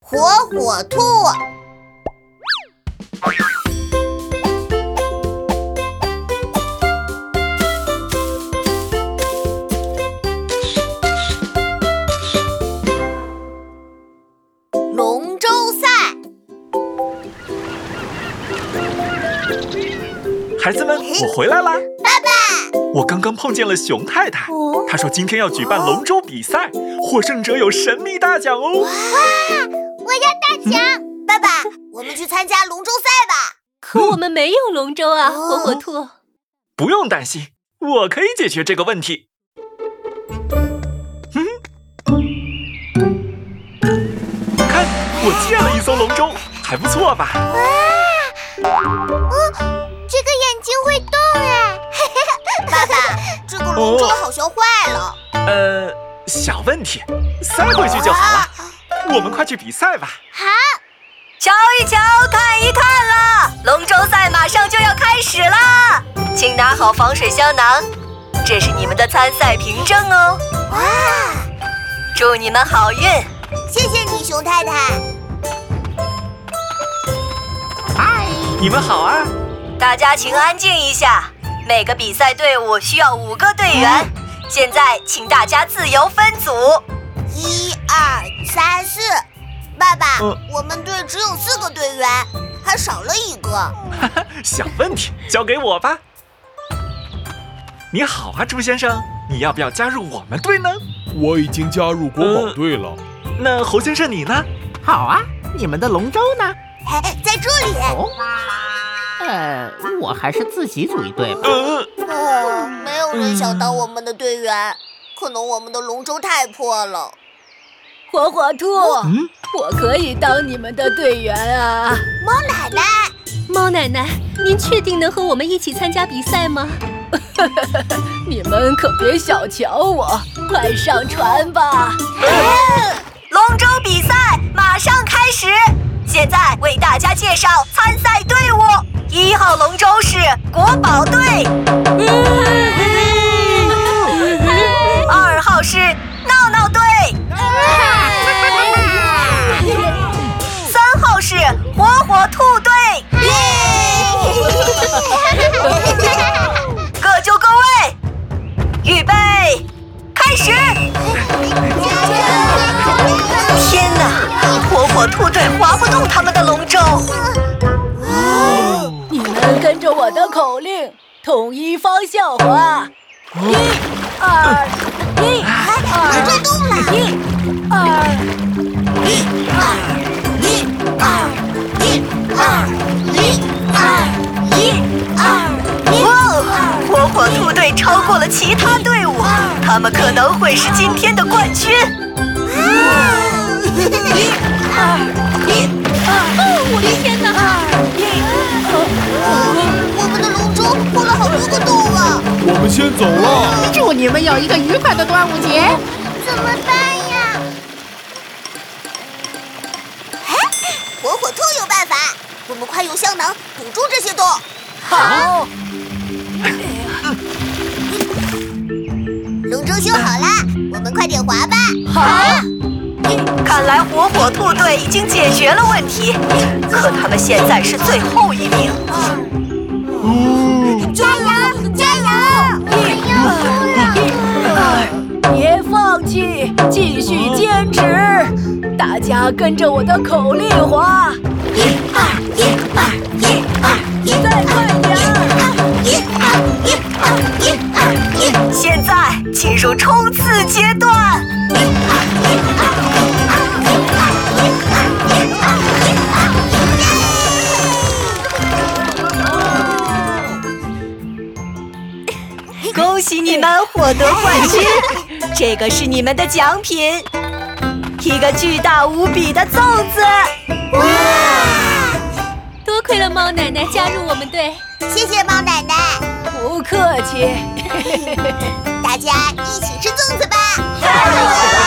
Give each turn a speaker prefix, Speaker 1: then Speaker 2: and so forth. Speaker 1: 火火兔。龙舟赛，
Speaker 2: 孩子们，我回来啦！爸爸，我刚刚碰见了熊太太，
Speaker 1: 哦
Speaker 2: 她说今天要举办龙舟比赛，获胜者有神秘大奖哦。
Speaker 1: 我要大奖！爸爸，我们去参加龙舟赛吧。
Speaker 3: 可我们没有龙舟啊，
Speaker 1: 哦
Speaker 3: 火火兔。
Speaker 2: 不用担心，我可以解决这个问题。嗯，看，我借了一艘龙舟，还不错吧？
Speaker 1: 这个眼睛会动哎！ 爸爸，这个龙舟好像坏了。
Speaker 2: 呃，小问题，塞回去就好了。我们快去比赛吧。
Speaker 4: 瞧一瞧，看一看啦！龙舟赛马上就要开始啦，请拿好防水胶囊，这是你们的参赛凭证哦。
Speaker 1: 哇，
Speaker 4: 祝你们好运！
Speaker 1: 谢谢你，熊太太。
Speaker 2: 你们好啊，
Speaker 4: 大家请安静一下，每个比赛队伍需要五个队员。
Speaker 3: 嗯
Speaker 4: 现在请大家自由分组，
Speaker 1: 一二三四，爸爸
Speaker 2: 呃，
Speaker 1: 我们队只有四个队员，还少了一个。
Speaker 2: 小问题交给我吧。你好啊，朱先生，你要不要加入我们队呢？
Speaker 5: 我已经加入国宝队了。
Speaker 2: 那侯先生你呢？
Speaker 6: 好啊，你们的龙舟呢？
Speaker 1: 嘿，在这里。
Speaker 6: 哦，呃，我还是自己组一队吧。
Speaker 2: 呃，
Speaker 1: 哦，没有人想当我们的队员，可能我们的龙舟太破了。
Speaker 3: 火火兔，
Speaker 2: 嗯
Speaker 3: 我可以当你们的队员啊！
Speaker 1: 猫奶奶，
Speaker 3: 猫奶奶，您确定能和我们一起参加比赛吗？ 你们可别小瞧我，快上船吧！
Speaker 4: 龙舟比赛马上开始。现在为大家介绍参赛队伍，一号龙舟是国宝队。二号是闹闹队，三号是火火兔队，各就各位，预备，开始！天哪，火火兔队划不动他们的龙舟，
Speaker 3: 你们跟着我的口令，统一方向划，一、二、一、
Speaker 1: 龙
Speaker 3: 二、
Speaker 1: 舟动了。
Speaker 3: 一、二。
Speaker 1: 一二一二一二一二一
Speaker 4: 哇哦！火火兔队超过了其他队伍，他们可能会是今天的冠军。
Speaker 3: 我的天哪！
Speaker 1: 我们的龙舟破了好多个洞啊！
Speaker 5: 我们先走了。
Speaker 6: 祝你们有一个愉快的端午节。
Speaker 1: 怎么办呀？哎，火火兔有办法，我们快用香囊堵住这些洞。
Speaker 4: 好，
Speaker 1: 龙舟修好啦，我们快点划吧。
Speaker 4: 看来火火兔队已经解决了问题，可他们现在是最后一名。
Speaker 1: 加油，加油！
Speaker 3: 别放弃，继续坚持！大家跟着我的口令划，一二一二一二一二，再快点儿！
Speaker 4: 现在进入冲刺阶段。恭喜你们获得冠军，这个是你们的奖品，一个巨大无比的粽子。
Speaker 3: 多亏了猫奶奶加入我们队，
Speaker 1: 谢谢猫奶奶，
Speaker 3: 不客气。
Speaker 1: 大家一起吃粽子吧。